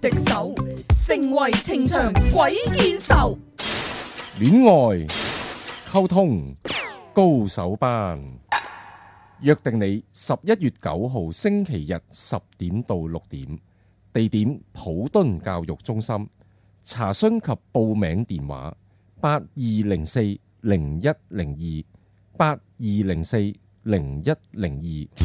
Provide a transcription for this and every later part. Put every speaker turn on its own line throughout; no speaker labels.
敵手，成為情場鬼見愁。
恋愛溝通高手班，約定你十一月九號星期日十點到六點，地點普敦教育中心。查詢及報名電話：八二零四零一零二八二零四零一零二。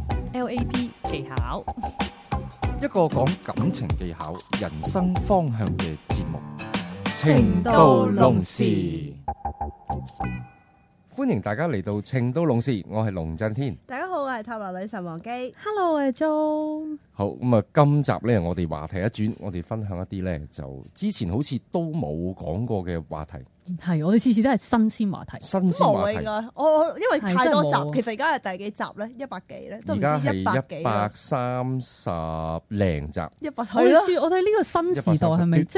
L A P 技巧，
一個講感情技巧、人生方向嘅節目《
情到濃時》。
歡迎大家嚟到《情到濃時》，我係龍震天。
大家好，我係塔羅女神王姬。
Hello，我係 Jo，
好咁啊！今集呢，我哋話題一轉，我哋分享一啲呢，就之前好似都冇講過嘅話題，
係我哋次次都係新鮮話題，
新鮮
冇
話
啊，
題
應。該我因為
係
太多
真係冇啊
集，其實而家係第幾集咧？一百幾咧，都
而
唔
家
知一百
係
幾啊
一百
啦，
三十 零集，
一百
我
係
哋
咯，
算我哋呢個新時代係咪
130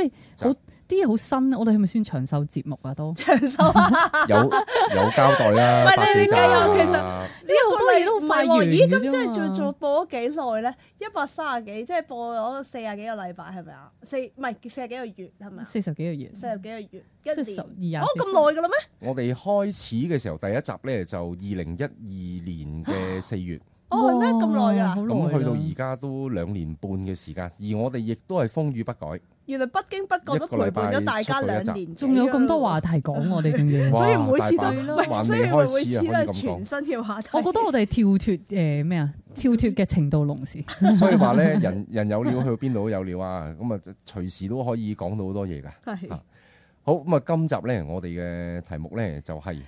即係好啲嘢好新？我哋係咪算長壽節目啊？都
長壽啊！
有有交代啦，
唔係
百幾
你
集
點解有其
啊
呢個
好多嘢都
唔
快
係
完
喎，咦？
嘅
咁即
啫嘛
係做做播咗幾耐咧？一百三十幾，即係播咗四十幾個禮拜，係咪啊？四唔係四十幾個月係咪啊？
四十幾個月，
四十幾個
即
月，一
係十
年
二。廿
哦
四，
咁耐㗎啦咩？
我哋開始嘅時候，第一集呢，就二零一二年嘅四月，
哦，係咩咁耐㗎
哇
啦
好？耐啊
咁去到
啦
而家都兩年半嘅時間，而我哋亦都係風雨不改。
原來不經不覺都陪伴咗大家兩年，啊
仲有咁多話，題講，我哋仲要。
嗯
哇
所以每次都
大
把
喂
還
所以
未
咪
開
每
始
次
啊，
都
可以
係
咁講
全。新嘅話題。
我覺得我哋跳脱誒咩啊？跳脱嘅程度濃時，
所以話咧，人人有料去到邊度都有料啊！咁啊，隨時都可以講到好多嘢噶。
係
好咁啊，今集咧，我哋嘅題目咧就係、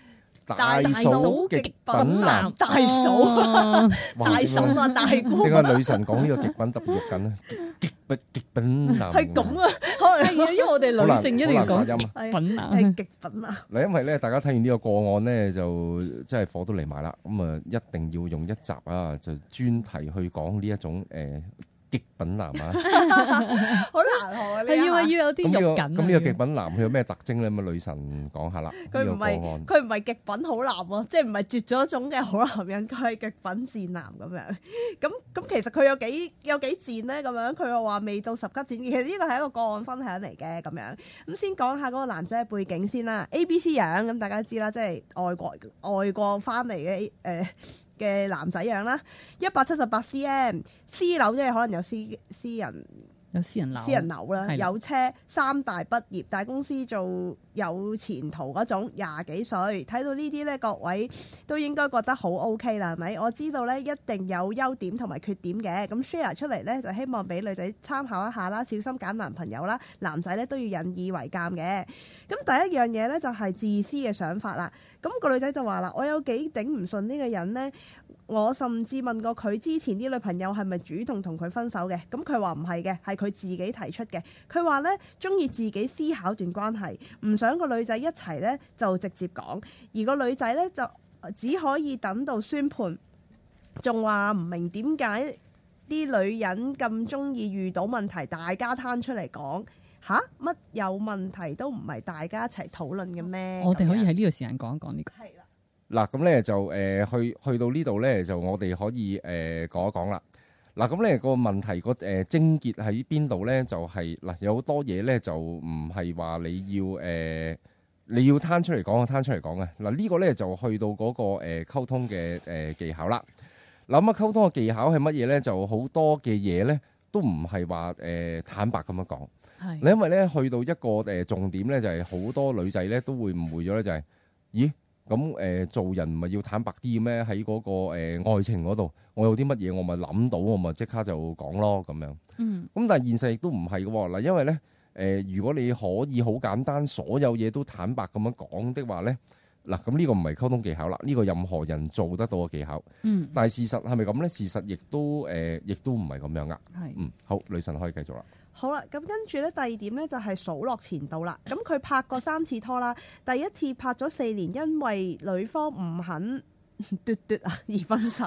大
大
嫂
嫂極
極品
品
男
男。大
哦
嫂
啊哇
大嫂啊，大
點
哥
解女神講呢個極品特別肉緊咧？極品極品男
係咁啊，可
係
能
啊，因為我哋
好難
女性一定要
好
講
難發音啊！
係
品啊，
係極品啊！
嗱，因為咧，大家睇完呢個個案咧，就真係火都嚟埋啦。咁啊，一定要用一集啊，就專題去講呢一種誒、呃、極品男啊。
好難學啊呢
係要啊，
一下。
要有啲
咁呢、
肉
個
緊啊。
咁呢個極品男佢有咩特徵咧？咁啊，女神講下啦。
佢
呢個
唔
個
係
案。
佢唔係極品好男喎，即係唔係絕咗種嘅好男人，佢係極品賤男咁樣。 咁咁其實佢有幾有幾賤咧？咁樣佢又話未到十級賤，其實呢個係一個個案分享嚟嘅咁樣。咁先講下嗰個男仔嘅背景先啦，A、B、C 樣咁大家知啦，即係外國外國翻嚟嘅誒。呃嘅男仔樣啦，一百七十八 cm，私樓即係可能有私私人
有私人樓，
私人樓啦，
係啦
有車，三大畢業，大公司做有前途嗰種，廿幾歲，睇到呢啲呢，各位都應該覺得好 OK 啦，係咪？我知道呢，一定有優點同埋缺點嘅，咁 share 出嚟呢，就希望俾女仔參考一下啦，小心揀男朋友啦，男仔呢都要引以為鑑嘅。咁第一樣嘢呢，就係自私嘅想法啦。咁、個女仔就話啦：我有幾頂唔順呢個人呢。我甚至問過佢之前啲女朋友係咪主動同佢分手嘅，咁佢話唔係嘅，係佢自己提出嘅。佢話呢，中意自己思考段關係，唔想個女仔一齊呢就直接講，而個女仔呢就只可以等到宣判，仲話唔明點解啲女人咁中意遇到問題大家攤出嚟講。吓乜有問題都唔係大家一齊討論嘅咩？
我哋可以
咁樣
喺呢個時間講一講呢個。
係啦，
嗱，咁咧就誒、呃去去到呢度咧，就我哋可以誒、呃、講一講啦。嗱，咁咧個問題個誒症結喺邊度咧？就係、嗱，有好多嘢咧就唔係話你要誒、呃你要攤出嚟講啊，攤出嚟講啊。嗱，呢個咧就去到嗰、個誒、呃、溝通嘅誒、呃技巧啦。嗱，咁啊溝通嘅技巧係乜嘢咧？就好多嘅嘢咧都唔係話誒坦白咁樣講。你
啊
係
因為咧去到一個誒重點咧，就係好多女仔咧都會誤會咗咧，就係、咦咁誒、呃做人唔係要坦白啲咩？喺嗰、個誒、呃、愛情嗰度，我有啲乜嘢我咪諗到，我咪即刻就講咯咁樣。
嗯，
咁但係現實亦都唔係嘅喎，嗱，因為咧，呃誒、如果你可以好簡單，所有嘢都坦白咁樣講的話咧，嗱，咁呢個唔係溝通技巧啦，呢、個任何人做得到嘅技巧。
嗯，
但係事實係咪咁呢？事實亦都誒，亦、都唔係咁樣噶。
係
嗯，好，女神可以繼續啦。
好啦，咁跟住咧，第二點咧就係數落前度啦。咁佢拍過三次拖啦，第一次拍咗四年，因為女方唔肯 嘟嘟啊而分手。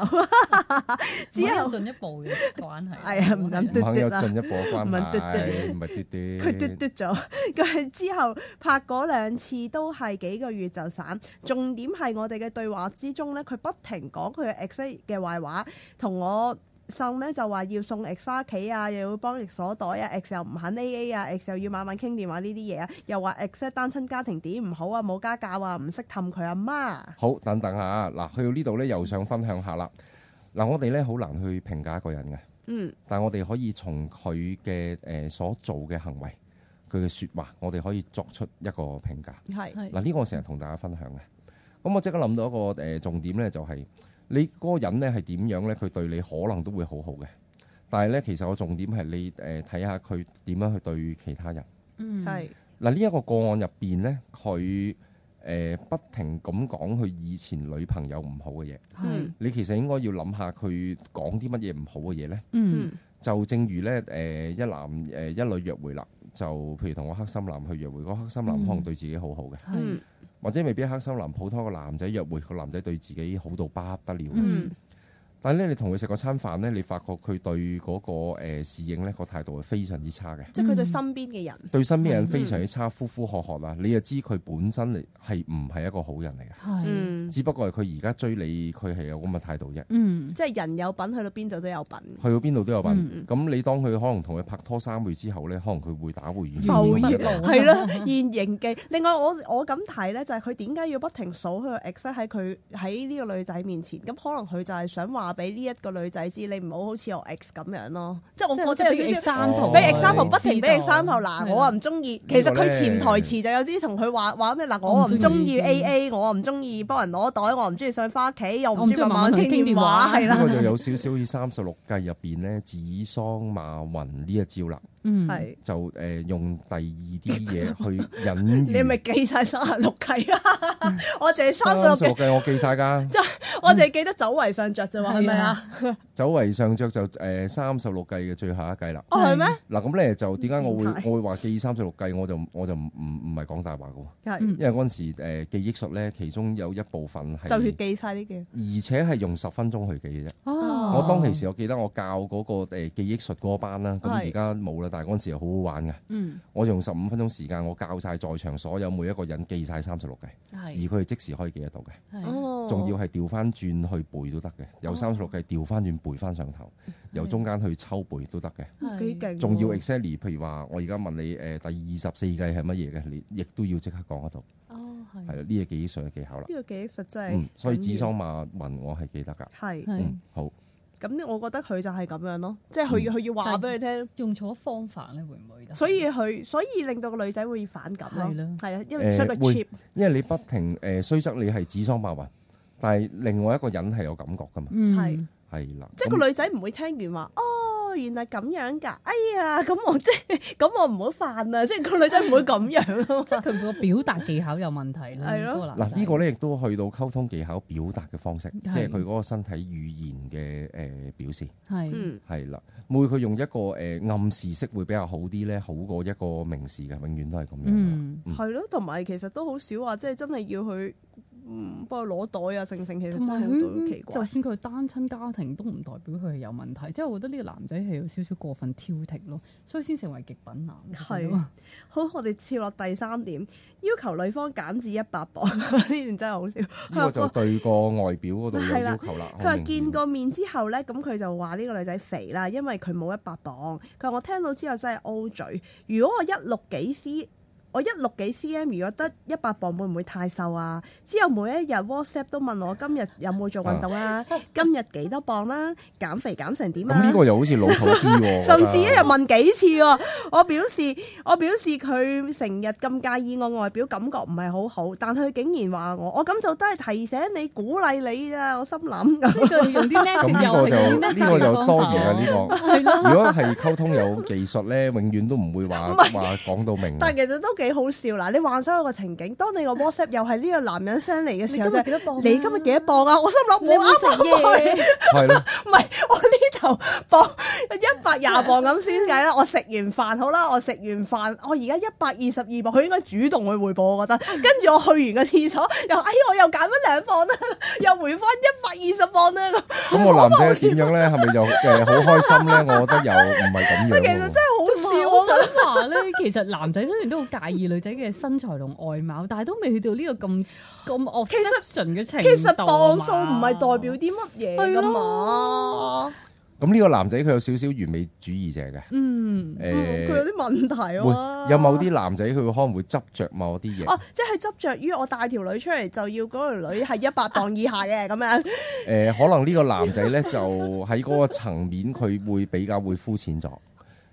之
只有
後
進一步嘅關係。
係啊唔敢
唔
嘟
肯有
嘟啊
進一步嘅關
唔係嘟
係，唔係嘟嘟。
佢嘟嘟咗， 佢之後拍嗰兩次都係幾個月就散。重點係我哋嘅對話之中咧，佢不停講佢嘅 ex 嘅壞話，同我。信咧就話要送 ex 翻屋企啊，又要幫 ex 攞袋啊，ex 又唔肯 A A 啊，ex 又要晚晚傾電話呢啲嘢啊，又話 ex 咧單親家庭點唔好啊，冇家教啊，唔識氹佢阿媽。
好，等等下，嗱，去到呢度咧，又想分享下啦。嗱，我哋咧好難去評價一個人嘅，
嗯，
但我哋可以從佢嘅誒所做嘅行為，佢嘅説話，我哋可以作出一個評價。
嗯係
係
嗱，呢個我成日同大家分享嘅。咁我即刻諗到一個誒、呃重點咧，就係、你嗰個人咧係點樣咧，佢對你可能都會好好嘅。但係咧，其實我重點係你誒睇下佢點樣去對其他人。
嗯
係
嗱，呢一個個案入邊咧，佢誒、呃不停咁講佢以前女朋友唔好嘅嘢。
嗯
係
你其實應該要諗下佢講啲乜嘢唔好嘅嘢呢？
嗯
就正如呢，誒、一男誒、一女約會啦，就譬如同個黑心男去約會，個黑心男
嗯
可能對自己好好嘅，
嗯
嗯
係
或者未必黑心男普通一個男仔約會，個男仔對自己好到不得了嘅。
嗯
但係呢，你同佢食嗰餐飯呢，你發覺佢對嗰、個誒侍應呢個態度係非常之差嘅，
即係佢對身邊嘅人，
對身邊
嗯
人非常之差，呼呼喝喝啊！你就知佢本身嚟係唔係一個好人嚟嘅，
係
嗯
只不過係佢而家追你，佢係有咁嘅態度啫。
嗯
即係人有品，去到邊度都有品。
去到邊度都有品。
嗯
咁、你當佢可能同佢拍拖三個月之後呢，可能佢會打回原形。
浮
言
現
不露
係咯， 現形記。另外我我咁睇咧，就係佢點解要不停數佢個 ex 喺佢喺呢個女仔面前？咁可能佢就係想話俾呢一個女仔知，你唔好好似我 ex 咁樣咯。即係我覺得有少少。
哦
俾
俾
example 不停俾 example
係
嗱，
啦
我啊唔中意。其
呢
實
個
佢
咧
潛台詞就有啲同佢話話咩嗱，我啊唔中意 A A，我啊唔中意幫人攞袋，我啊唔中意上返屋企，又唔中意慢慢
我唔中
傾
意慢慢傾
電
電
話，
話
係
呢
啦，
個就有少少似三十六計入邊呢，指桑罵雲呢一招啦，
嗯
係。
就誒、呃用第二啲嘢去 引
你係咪
喻。
記晒三十六計啊？ 我淨係三十六
三十六
計，
計我記 晒㗎，
我淨係記得走為上着啫嘛，係咪
係
啊？
走為上着就誒三十六計嘅最後一計啦。
哦，係咩？
嗱咁咧就點解我會
嗯變態
我會話記三十六計，我就我就唔唔唔係講大話嘅喎，
係
嗯
因為嗰陣時誒記憶術咧，其中有一部分係
就要記晒呢件。
而且係用十分鐘去記嘅啫。
哦
我當其時，我記得我教嗰個誒記憶術嗰個班啦，咁
係
而家冇啦，但係嗰陣時係好好玩嘅。
嗯
我就用十五分鐘時間，我教晒在場所有每一個人記晒三十六計，
嗯
而
係
佢係即時可以記得到嘅。
係
哦
仲要係調翻轉去背都得嘅，由三十六計調翻轉背翻上頭，
嗯
由中間去抽背都得嘅。
係
幾勁喎，
仲要 exactly，譬如話我而家問你誒、第二十四計係乜嘢嘅，你亦都要即刻講得到。
哦
係
係
啦，呢嘢記憶術嘅技巧啦。
呢個記憶實真嗯係
嗯，所以
緊要
指桑罵雲我係記得㗎。
係
係
嗯，好。
咁，我覺得佢就係咁樣咯，即係佢要佢要話俾佢聽，
用錯方法咧，會唔會？
所以佢所以令到個女仔會反感咯
係啦，
係啊，因
誒
為所以佢
會
cheap
因為你不停誒、呃雖則你係指桑罵雲，但係另外一個人係有感覺噶嘛，
嗯
係
係啦。
即係
咁
個女仔唔會聽完話，哦，原來咁樣㗎，哎呀，咁我即係 咁我唔好犯啊啦，即係個女仔唔會咁樣咯。
即係佢個表達技巧有問題啦。
啊係咯
嗰個男
嗱
仔
呢個咧亦都去到溝通技巧表達嘅方式，即
係
係佢嗰個身體語言嘅誒、呃表示
係
嗯，
係啦。每佢用一個誒、呃暗示式會比較好啲咧，好過一個明示嘅，永遠都係咁樣嘅。
嗯，
嗯
係咯，同埋其實都好少話，即係真係要去嗯幫佢攞袋啊，剩剩其實
同
真
埋
係好
佢
奇
就
怪
算。佢係單親家庭，都唔代表佢係有問題。即係我覺得呢個男仔係有少少過分挑剔咯，所以先成為極品男。
係好，我哋跳落第三點，要求女方減至一百磅， 呢段真係好笑。
呢、個就對個外表嗰度有
係啦
要求啦。
佢話
好明顯
見過面之後呢，咁佢就話呢個女仔肥啦，因為佢冇一百磅。佢話我聽到之後真係 O 嘴。如果我一六幾 C，我一六幾 cm，如果得一百磅會唔會太瘦啊？之後每一日 WhatsApp 都問我今日有冇做運動啊，今日幾多磅啦、減肥減成點
咁呢
啊？
個又好似老 土啲喎，
甚
我覺
至一
得
日問幾次喎，我表示我表示佢成日咁介意我外表，感覺唔係好好，但佢竟然話我，我咁做都係提醒你、鼓勵你啊咋，我心諗咁
即。係佢用啲
咁
negative
呢
又
個就呢個就多餘啦，呢、個。
係咯，
如果係溝通有技術咧，永遠都唔會話話講到明。啊
但係其實都幾好笑嗱！你幻想一個情景，當你個 WhatsApp 又係呢個男人 send 嚟嘅時候就係。
你今日幾多磅啊？
你今日幾多磅啊？我心諗
你有
我啱
冇食嘢？
係咯，
唔係我呢頭磅一百廿磅咁先計啦。我食完飯好啦，我食完飯，我而家一百二十二磅，佢應該主動去匯報，我覺得。跟住我去完個廁所，又哎我又減咗兩磅啦， 又回翻一百二十磅啦。咁
咁個男仔點樣咧？係咪又誒好開心咧？我覺得又唔係 咁樣
其實
喎
真。係好笑啊
我！想話咧，其實男仔雖然都好介意女仔嘅身材同外貌，但係都未去到呢個咁咁 obsession 嘅程度。
其實磅數唔係代表，啲乜嘢噶
係
嘛
咯，
咁呢個男仔佢有少少完美主義者嘅，
嗯，
嗯佢有啊
誒
啲問題喎。
會有某啲男仔佢會可能會執着某啲嘢
哦，，即係執着於我帶條女出嚟就要嗰條女係一百磅以下嘅咁樣。
誒呃可能呢個男仔咧就喺嗰個層面佢會比較會膚淺咗，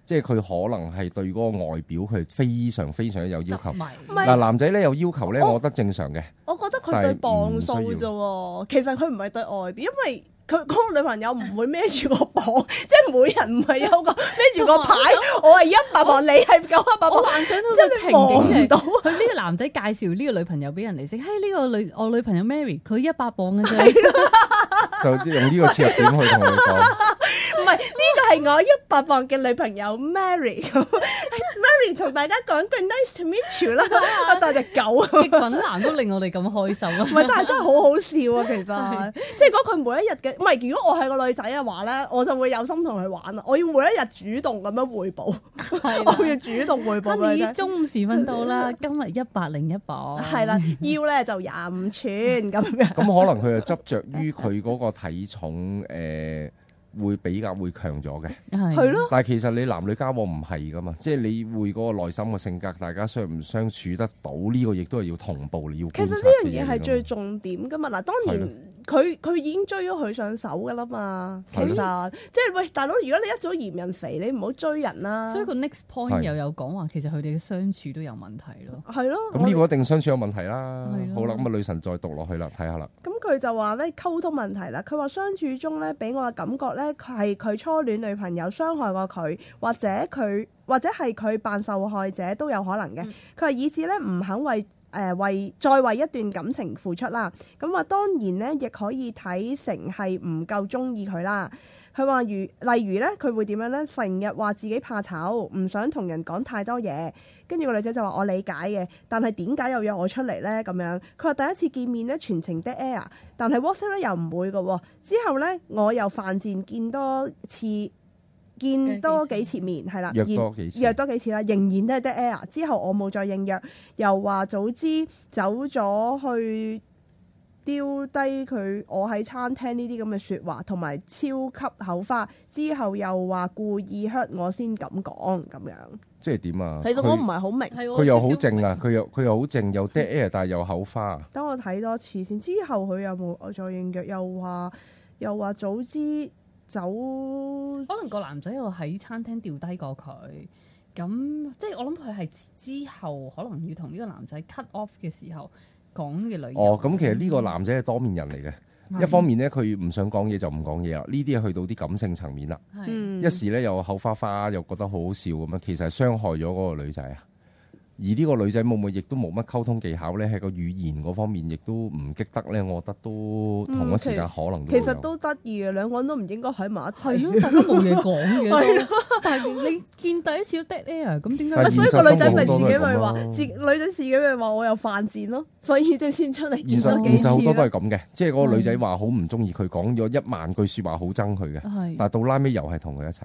即係佢可能係對嗰個外表佢非常非常有要
執
求。
迷
唔係
嗱男仔咧有要求咧，
我
我覺得正常嘅，
我覺得佢對磅數啫喎，其實佢唔係對外表，因為佢 嗰個女朋友唔會孭住個磅， 即係每人唔係有 個孭住個牌，我係一百磅，你係九一百
我
磅，
幻想到個
即係
情
你望
景就係
唔到。
佢呢個男仔介紹呢個女朋友俾人哋識，嘿呢個女我女朋友 Mary，佢一百磅嘅啫，
就用呢個切入點去同佢講。
唔係呢個係我一百磅嘅女朋友 Mary 咁 ，Mary 同大家講句 nice to meet you 啦，我帶只狗。
極品男都令我哋咁開心啊
唔！係，但係真係好好 笑啊！其實，即係如果佢每一日嘅，唔係如果我係個女仔嘅話咧，我就會有心同佢玩啦。啊我要每一日主動咁樣匯報，
係啦
我要主動匯報佢
Honey，
啫。
中午時分到啦， 今日一百零一磅，
係啦，腰咧就廿五寸咁樣。
咁可能佢就執着於佢嗰個體重誒、會比較會強咗嘅。
係
係咯，
但係其實你男女交往唔係噶嘛，即係你會嗰個內心嘅性格，大家相唔相處得到呢、個，亦都係要同步，你要
其
觀
實
察
呢樣
嘅
嘢
嘢
係
嚟㗎
最
嘛
重點噶嘛。嗱，當
係
然
咯
佢佢已經追咗佢上手噶啦嘛。其
係咯
實即係喂，大佬，如果你一早嫌人肥，你唔好追人啦
所。以個 next
係
point 又有講話，其實佢哋嘅相處都有問題咯。
係咯，
咁呢個一定相處有問題啦
係。咯
好啦，咁啊女神再讀落去啦，睇下啦。
咁佢就話咧溝通問題啦，佢話相處中咧俾我嘅感覺咧係佢初戀女朋友傷害過佢，或者佢或者係佢扮受害者都有可能嘅。佢話、以致咧唔肯為誒、呃、為再為一段感情付出啦。咁話當然咧亦可以睇成係唔夠中意佢啦。佢話如例如咧，佢會點樣咧？成日話自己怕醜，唔想同人講太多嘢。跟住個女仔就話：我理解嘅，但係點解又約我出嚟呢？咁樣佢話第一次見面咧全程 dead air，但係 WhatsApp 咧又唔會嘅喎。之後呢，我又犯賤見多次，見多幾次面係啦，
約
啊然
多幾次
約多幾次啦，仍然都係 dead air。之後我冇再應約，又話早知走咗去丟低佢，我喺餐廳呢啲咁嘅説話，同埋超級口花。之後又話故意 hurt 我先咁講咁樣。
即係點啊？
其實我唔
佢
係好明。
佢又好靜啊，佢又佢又好靜，又 dead
嗯
air，但係又口花。
等我睇多次先。之後佢有冇再應約？又話又話早知走，
可能個男仔又喺餐廳掉低過佢，咁即係我諗佢係之後可能要同呢個男仔 cut off 嘅時候講嘅
哎
女。
哦，咁其實呢個男仔係多面人嚟嘅。一方面咧，佢唔想講嘢就唔講嘢啦。呢啲係去到啲感性層面啦。
係
嗯
一時咧又口花花，又覺得好好笑咁樣，其實係傷害咗嗰個女仔啊。而呢個女仔會唔會亦都冇乜溝通技巧咧？喺個語言嗰方面亦都唔激得咧，我覺得都同一時間可能
嗯其
會有
實都得意嘅，兩個人都唔應該喺埋一
係
齊。
咯，大家冇嘢講嘅
係
都，但係你見第一次都 dead air，咁點解
但係
所
現
以
實
個女
生
仔
活
咪
好
自
多都係
己
咁
咪
啦
話，自女仔自己咪話我有犯賤咯，所 以即係先出嚟
現
見
實
多
現
幾
實好多都係
次。
咁嘅，即係嗰個女仔話好唔中意佢，講咗一萬句説話好憎佢嘅，
嗯
係？
但係到拉尾又係同佢一齊。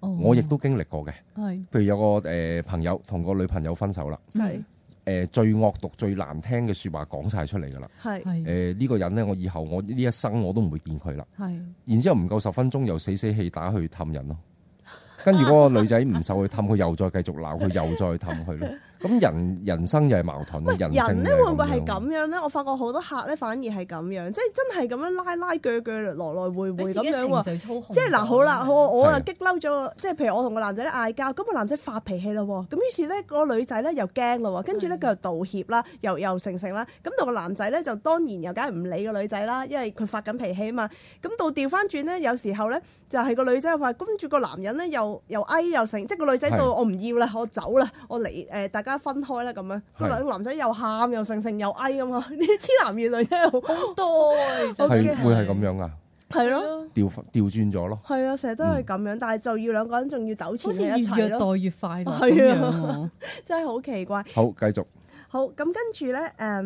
哦
我亦都經歷過嘅，
係
譬如有個誒、呃朋友同個女朋友分手啦，
係
誒、最惡毒、最難聽嘅説話講晒出嚟㗎啦。
係
誒、
係
呢、個人呢，我以後我呢一生我都唔會見佢啦。
係
然之後唔夠十分鐘又死死氣打去氹人咯。 跟住嗰個女仔唔受佢氹，佢又再繼續鬧佢，又再氹佢咯。咁人人生又係矛盾啊嘅，人性
人
又
咧會唔會
係
係
咁樣
咁樣咧？我發覺好多客咧反而係咁樣，即係真係咁樣拉拉鋸鋸來來回回咁樣喎。
情緒操控，啊
即係嗱，好啦，我我
係
又激嬲咗個，即係譬如我同個男仔咧嗌交，咁個男仔發脾氣啦喎，咁於是咧個女仔咧又驚啦喎，跟住咧
係
佢又道歉啦，又又成成啦，咁到個男仔咧就當然又梗係唔理個女仔啦，因為佢發緊脾氣啊嘛，咁到調翻轉咧，有時候咧就係個女仔話，跟住個男人咧又又哀又成，即係個女仔
係
到我唔要啦，我走啦，我離誒、大家分開啦咁樣。個
係
男男仔又喊又成成又哀咁啊！呢啲痴男怨女真係好
多啊其實
我
係
驚
會係咁樣噶，
係咯，
咯，
調調轉咗咯。
係啊，成日都係咁樣，但係就要兩個人仲要糾
好
纏
似
喺
越
一
虐待
齊咯，
越快樂咁
係
樣
啊
喎。
真係好奇怪。
好，繼續。
好咁跟住咧，誒、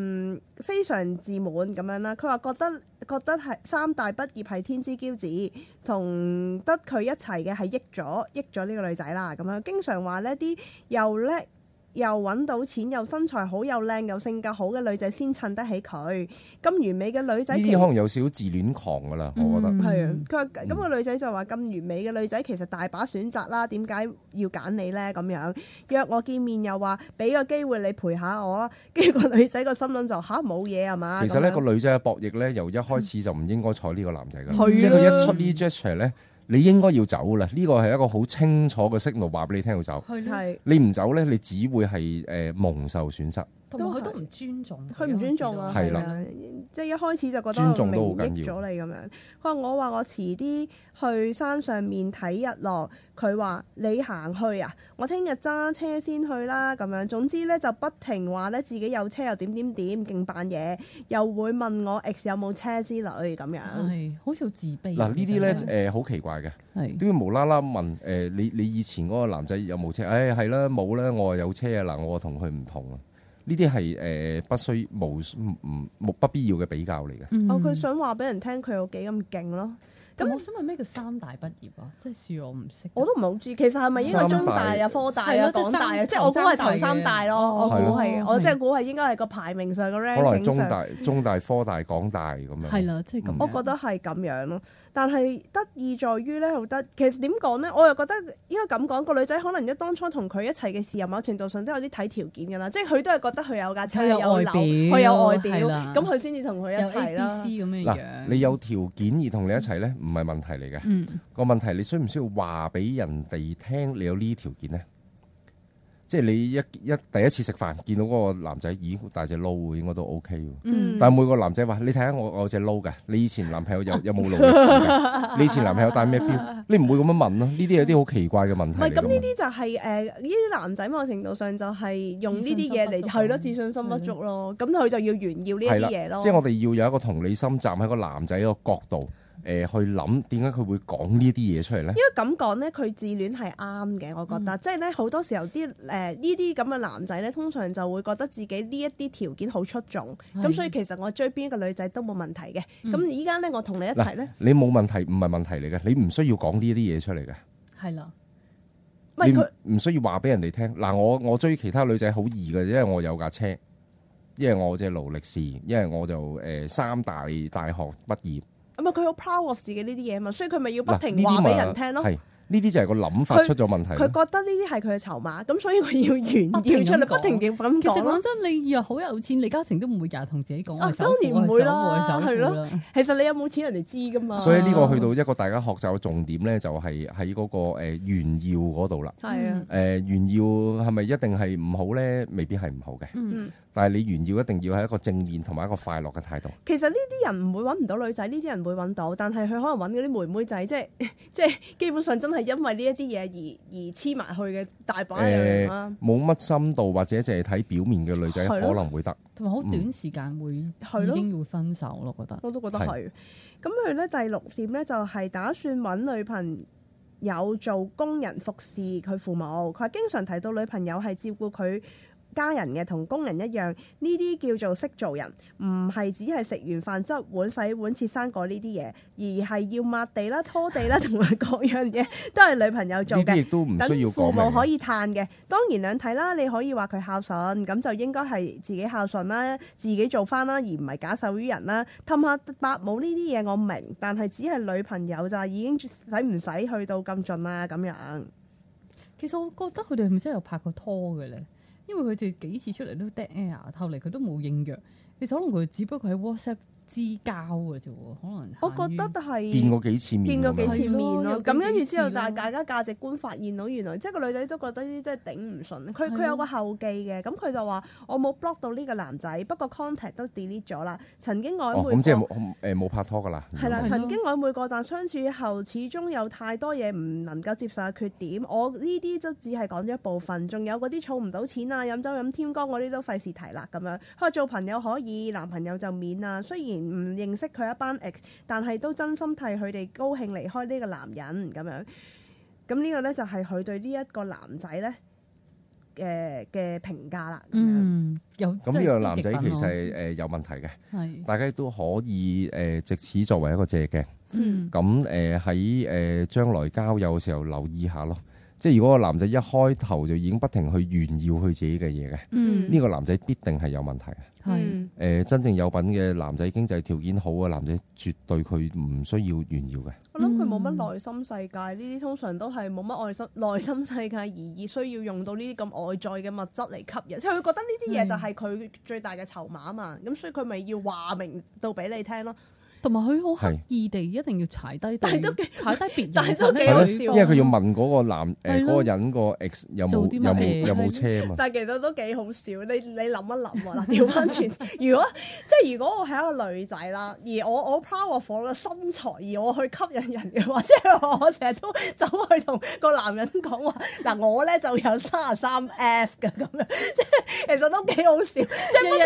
非常自滿咁樣啦。佢話覺得覺得係三大畢業係天之驕子，同得佢一齊嘅係益咗益咗呢個女仔啦。咁樣經常話呢啲又叻又揾到錢又身材好又靚又性格好嘅女仔先襯得起佢。咁完美嘅女仔
呢
其
啲可能有少少自戀狂噶啦， 我覺得
嗯
係啊，佢話咁個女仔就話咁完美嘅女仔其實大把選擇啦，點解要揀你呢？咁樣約我見面又話俾個機會你陪下我啊，跟住個女仔個心諗就吓冇嘢係嘛？
其實咧
啊咁
個
樣嗯
女仔嘅博弈咧，由一開始就唔應該睬呢個男仔噶啦
係，啊
即係佢一出呢啲 gesture 咧，你應該要走啦。呢個係一個好清楚嘅 signal，話俾你聽要走。
係咯，
係
你唔走咧，你只會係誒、呃蒙受損
啊
失。
同埋佢
都
都唔尊重，
佢唔尊重啊，
係
係
啦
啦，即係一開始就覺得
尊重都好緊要
明益咗你咁樣。佢話我話我遲啲去山上面睇日落，佢話你行去啊，我聽日揸車先去啦咁樣。總之咧就不停話咧自己有車又點點點，勁扮嘢，又會問我 ex 有冇車之類咁樣。
係好似好自卑。啊
嗱呢啲
其實
啊
咧誒好奇怪嘅，
係
哦
都要無啦啦問誒、呃你你以前嗰個男仔有冇車？誒係啦冇啦，我話有車啊嗱，我同佢唔同啊。呢啲係誒不需無唔唔不必要嘅比較嚟嘅。
嗯
哦，佢想話俾人聽佢有幾咁勁咯，
咁我想問咩叫三大畢業啊？即係恕我唔識。
我都唔係好知。其實係咪應該中大
三
啊、
大
科大
係咯
啊、
即係
港大啊？
三
即係我估係頭
頭
三
三
大
大嘅
咯，我
哦
估係，
係
我即係估係應該係個排名上個
可能係
ranking
中
上。
大、中大、科大、港大咁樣。
係啦，即係咁樣。
我覺得係咁樣咯，但係得意在於咧，好得其實點講咧，我又覺得應該咁講，個女仔可能一當初同佢一齊嘅時候，某程度上都有啲睇條件㗎啦，即係佢都係覺得佢有架車、
佢有
有
外
樓，
表
佢有外表，
係啦
咁佢先至同佢一
有 A、
齊
B、
啦
C。咁樣
嗱
樣。，
你有條件而同你一齊咧，唔係問題嚟嘅。
嗯
個問題你需唔需要話俾人哋聽你有呢啲條件呢？即係你一一第一次食飯見到嗰個男仔，咦大隻撈喎應該都 OK 喎。
嗯
但係每個男仔話：你睇下我我有隻撈嘅，你以前男朋 友有有冇勞力士嘅？你以前男朋友戴咩錶？你唔會咁樣問咯。呢啲有啲好奇怪嘅問題
唔
嚟
係咁
㗎
呢
嘛。
啲就係誒呢啲男仔某程度上就係用呢啲嘢嚟
自信心不足
係咯，自信心不足咯，咁佢就要炫耀呢
係
一
啦
啲嘢咯。
即係我哋要有一個同理心，站喺個男仔個角度，誒、去諗點解佢會講呢啲嘢出嚟呢？
因為咁講咧，佢自戀係啱嘅，我覺得。即係咧，好多時候啲誒呃呢啲咁嘅男仔咧，通常就會覺得自己呢一啲條件好出眾，咁
係
所以其實我追邊一個女仔都冇問題嘅。咁依家咧，我同你一齊咧，
你冇問題唔係問題嚟嘅，你唔需要講呢啲嘢出嚟嘅。
係啦，
唔係佢
你唔唔需要話俾人哋聽。嗱，我我追其他女仔好易嘅，因為我有架車，因為我隻勞力士，因為我就誒、呃三大大學畢業。
唔係佢好 proud of 自己呢啲嘢嘛，所以佢咪要不
嗱，呢
停
啲
話
咪
俾人聽咯。
係呢啲就係個諗法
佢
出咗問題
佢
咯。
覺得呢啲係佢嘅籌碼，咁所以佢要炫
不停
耀出
咁
嚟，不
講
停要咁
其實
講咯
講。真，你又好有錢，李嘉誠都唔會日日同自己講。
啊
我係首富
當然唔會啦
我係首富我係首富啦。
其實你有冇錢人哋知噶嘛？
所以呢個去到一個大家學習嘅重點呢，就係喺嗰個誒炫耀嗰度啦。
係啊
嗯，
誒、呃炫耀係咪一定係唔好呢？未必係唔好嘅。
嗯
但係你炫耀一定要係一個正面同埋一個快樂嘅態度。
其實呢啲人唔會揾唔到女仔，呢啲人會揾到，但係佢可能揾嗰啲妹妹仔，即係 即係基本上真係因為呢一啲嘢而而黐埋去嘅大把人啊啦，
冇乜深度或者淨係睇表面嘅女仔
係咯
可能會得。
同埋好短時間會
係咯
已經會分手咯，覺得。
我都覺得
係
係。咁佢咧第六點咧就係打算揾女朋友做工人服侍佢父母，佢話經常提到女朋友係照顧佢。家人嘅同工人一樣，呢啲叫做識做人，唔係只係食完飯執碗、洗碗、切生果呢啲嘢，而係要抹地啦、拖地啦，同埋各樣嘢都係女朋友做
呢
嘅
啲。亦都唔需要
等
講
父母
明
可。以嘆嘅，當然兩睇啦。你可以話佢孝順，咁就應該係自己孝順啦，自己做翻啦，而唔係假手於人啦。氹下伯母呢啲嘢我明，但係只係女朋友咋，已經使唔使去到咁盡啦咁樣？
其實我覺得佢哋係咪真係有拍過拖嘅咧？因為佢哋幾次出嚟都 dead air，後嚟佢都冇應約。其實可能佢只不過喺 WhatsApp 之交嘅啫喎，可能
我覺得
限於
係
見過幾次面
見過
咁
幾
樣，
次面
係
咯，
咯
咁跟住之後，
有幾次咯
但係大家價值觀發現到原來即係個女仔都覺得呢啲真係頂唔順。佢
係
佢
咯
有個後記嘅，咁佢就話我冇 block 到呢個男仔，不過 contact 都 delete 咗啦。曾經曖
哦，
昧
咁即係
過，
冇咁誒冇拍拖噶啦，
係啦，
係咯
曾經曖昧過，但相處後始終有太多嘢唔能夠接受嘅缺點。我呢啲都只係講咗一部分，仲有嗰啲儲唔到錢啊、飲酒飲天光嗰啲都費事提啦咁樣。佢話做朋友可以，男朋友就免啦。雖然唔認識佢一班 ex，但係都真心替佢哋高興離開呢個男人咁樣。咁呢個呢，就係佢對呢一個男仔呢嘅嘅評價啦。咁樣
嗯有
咁呢個男
啊
仔其實係誒有問題嘅，
係
大家都可以誒藉此作為一個借鏡。
嗯
咁誒喺誒將來交友嘅時候留意下咯。即係如果個男仔一開頭就已經不停去炫耀佢自己嘅嘢嘅，呢、
嗯
個男仔必定係有問題嘅。
係
嗯
誒、真正有品嘅男仔，經濟條件好嘅男仔，絕對佢唔需要炫耀嘅。
我諗佢
嗯
冇乜內心世界，呢啲通常都係冇乜內心 內心世界而已，需要用到呢啲咁外在嘅物質嚟吸引，即係佢覺得呢啲嘢就係佢最大嘅籌碼啊嘛，咁所以佢咪要話明到俾你聽咯。
同埋佢好刻
係
意地一定要踩低
但
對，
係都幾
踩低別人，
但係都幾好
係咯
笑
因為佢要問嗰個男誒
係
嗰、
咯
個人個 ex 有
做
冇
啲
有
乜
冇
嘢係
有
咯
冇車嘛？
但係其實都幾好笑，你你諗一諗喎，嗱調翻轉， 如果即係如果我係一個女仔啦，而我我 powerful 嘅身材，而我去吸引人嘅話， 即係我成日都 走去同個男人講話，嗱我咧就有三十三 F 嘅咁樣，即係其實都幾好笑。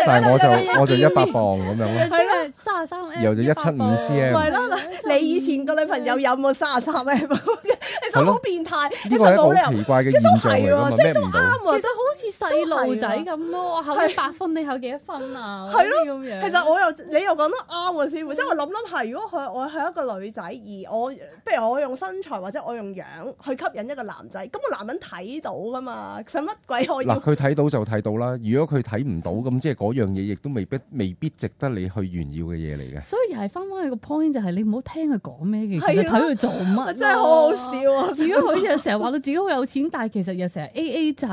但係 我
日日
就我就一
見
百磅咁樣咯。
係三十三，哎
又就175 cm
咪咯，你以前個女朋友有冇三 十三 M？你
係
就
咯
好變態，你就
呢個係
冇
一個好
理由
奇怪嘅現象嚟㗎嘛，
都係喎即係
咩唔到？
啱啊！
其實好似細路仔咁咯，我考
係
一百分，你考幾多分啊？
係咯
嗰啲咁樣。
其實我又你又講得啱喎，師傅。
嗯
即係我諗諗下，如果佢我係一個女仔，而我不如我用身材或者我用樣去吸引一個男仔，咁個男人睇到噶嘛，使乜鬼我要
嗱，？佢睇到就睇到啦。如果佢睇唔到，咁即係嗰樣嘢亦都未必未必值得你去炫耀嘅嘢嚟嘅。
所以係翻翻去個 point 就係你唔好聽佢講咩嘅，其
係
實
咯
睇佢做乜。
真係好好笑。啊！
如果佢又成日話到自己好有錢，但係其實又成日 A A 制，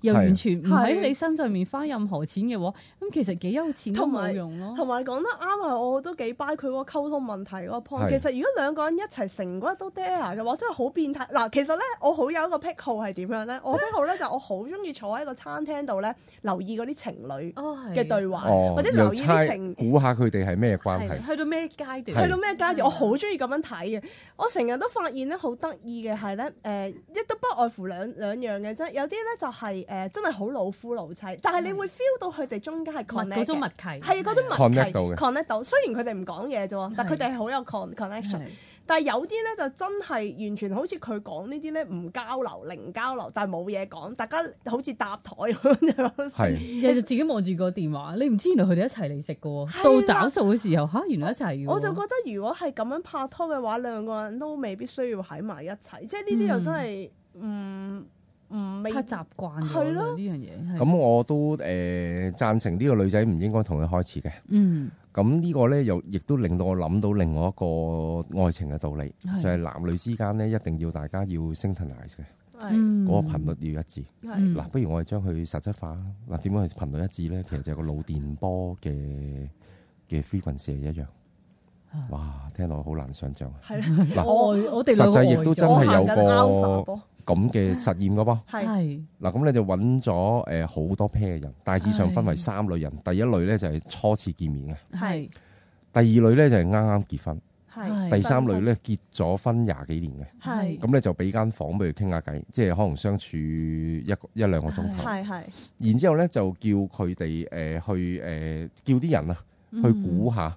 又完全唔喺你身上面花任何錢嘅話，咁其實幾有錢都冇用咯。
同埋講得啱啊！我都幾 buy 佢嗰個溝通問題嗰個 point。
係
其實如果兩個人一齊成骨都 dare 啊嘅話，真係好變態。嗱，其實咧，我好有一個癖好係點樣咧？我癖好咧就係我好中意坐喺個餐廳度咧，留意嗰啲情侶
哦，係
嘅對話，
哦，
或者
又
留意
猜
啲情。
估下佢哋係咩關係
係。去到咩階段？
去到咩階段？我好中意咁樣睇嘅。我成日都發現咧，好得意嘅係咧，誒、一都不外乎兩兩樣嘅啫。有啲咧就係、誒真係好老夫老妻，但係你會 feel 到佢哋中間係
密
connect
嗰種
嘅
默契，
係
係
嗰種默契
Connect 到嘅
connect 到。雖然佢哋唔講嘢啫喎，但佢哋係好有 con connection。但係有啲咧就真係完全好似佢講呢啲咧唔交流、零交流，但係冇嘢講，大家好似搭台咁樣。
係
日日自己望住個電話，你唔知原來佢哋一齊嚟食嘅
係
喎。
啦
到找數嘅時候，吓原來一齊嘅喎。
我就覺得如果係咁樣拍拖嘅話，兩個人都未必需要喺埋一齊，即係呢啲又真係唔唔未
太習慣咗
係
啦
咯
呢樣嘢。係
咁，我都誒贊成呢個女仔唔應該同佢開始嘅。
嗯，
咁呢個咧又亦都令到我諗到另外一個愛情嘅道理，
係
就係男女之間咧一定要大家要 synchronize 嘅，
係
嗯
嗰個頻率要一致。
係
嗯
嗱，不如我哋將佢實質化啦。嗱，點樣去頻率一致咧？其實就係個腦電波嘅嘅 frequency 係一樣
啊。
哇，聽落好難想像啊！
係啦，
嗱
我愛我哋
實
兩個
際亦都真
我
係
行
有
緊
個
alpha 波，
咁嘅實驗嘅噃。
係
係
嗱，咁你就揾咗誒好多 pair 人，大致上分為
係
三類人。第一類咧就係初次見面
係
嘅，第二類咧就係啱啱結婚，
係
第三類咧結咗婚廿幾年嘅。
係
咁咧就俾間房俾佢傾下偈，即係可能相處一個一兩個鐘頭。
係係
然之後咧就叫佢哋誒去誒、呃叫啲人啊
嗯
去估下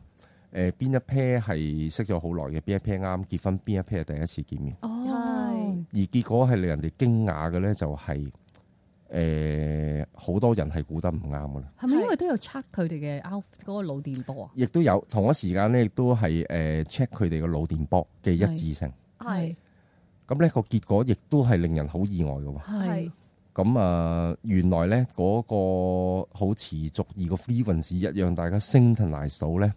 誒邊、一 pair 係識咗好耐嘅，邊一 pair 啱結婚，邊一 pair 係第一次見面。
哦，
而結果係令人哋驚訝嘅咧，就係誒好多人係估得唔啱嘅啦。
係咪因為都有 check 佢哋嘅 out 嗰個腦電波啊？
亦都有同一時間咧，亦都係誒 check 佢哋嘅腦電波嘅一致性。
係
咁呢個結果亦都係令人好意外嘅喎。
係
咁啊、原來咧嗰、個好持續而個 frequency 一樣，大家 synchronize 到咧，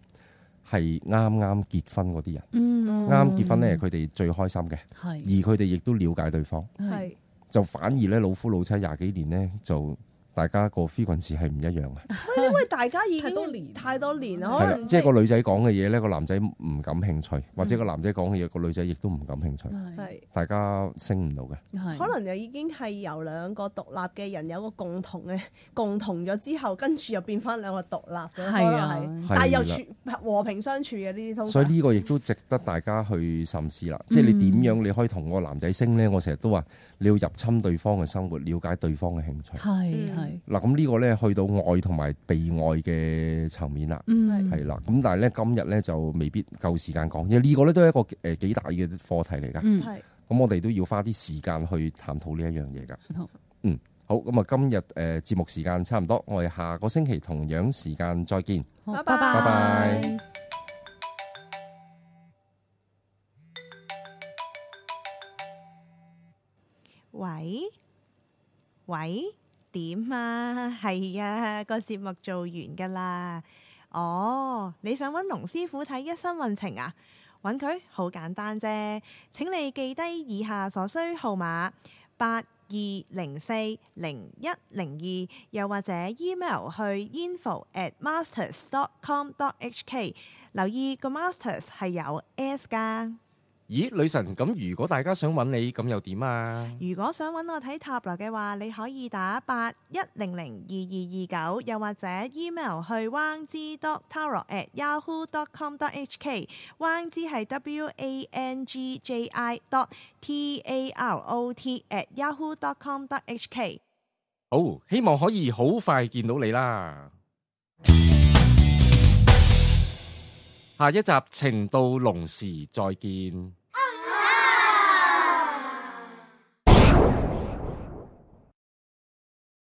係啱啱結婚嗰啲人，
嗯
啱、結婚咧，佢哋最開心嘅，而
係
佢哋亦都了解對方，
係
係
就反而咧老夫老妻廿幾年咧就大家個 frequency 係唔一樣嘅，
因為大家已經
太多年嗯
太多年啦，可
係啦
能，
即係個女仔講嘅嘢咧，個男仔唔感興趣，或
嗯
者個男仔講嘅嘢，個女仔亦都唔感興趣，
係
係
大家升唔到嘅。
係
可能又已經係由兩個獨立嘅人有個共同嘅共同咗之後，跟住又變翻兩個獨立嘅，可能
係啊
係，
係
但係又
啦
處和平相處嘅呢啲通
所以
常。
呢個亦都值得大家去深思啦。即係你點
嗯
樣你可以同個男仔升呢？我成日都話你要入侵對方嘅生活，了解對方嘅興趣。
係
嗯
係
嗱，咁呢個呢，去到愛同埋被愛嘅層面啦。
嗯
係啦，咁但係呢，今日呢就未必夠時間講，因為呢個呢都係一個誒幾大嘅課題嚟㗎。
嗯
係
咁我哋都要花啲時間去探討呢一樣嘢㗎。
好，
嗯，好，咁啊，今日誒、呃、節目時間差唔多，我哋下個星期同樣時間再見。
好
拜
拜
拜
拜
喂喂，點啊？ 係啊，個節目做完噶啦。哦，你想揾龍師傅睇一生運程啊？揾佢好簡單啫。請你記低以下所需號碼八二零四零一零二，又或者 email 去 info at masters dot com dot hk。留意個 masters 係有 s 㗎。
咦，女神，咁如果大家想揾你，咁又點啊？
如果想揾我睇塔羅嘅話，你可以打八一零零二二二九，又或者 email 去 wang z dot tarot at yahoo dot com dot hk。wang z 係 w a n g j i dot t a r o t at yahoo dot com dot hk。
好，希望可以好快見到你啦。下一集情到濃時再見。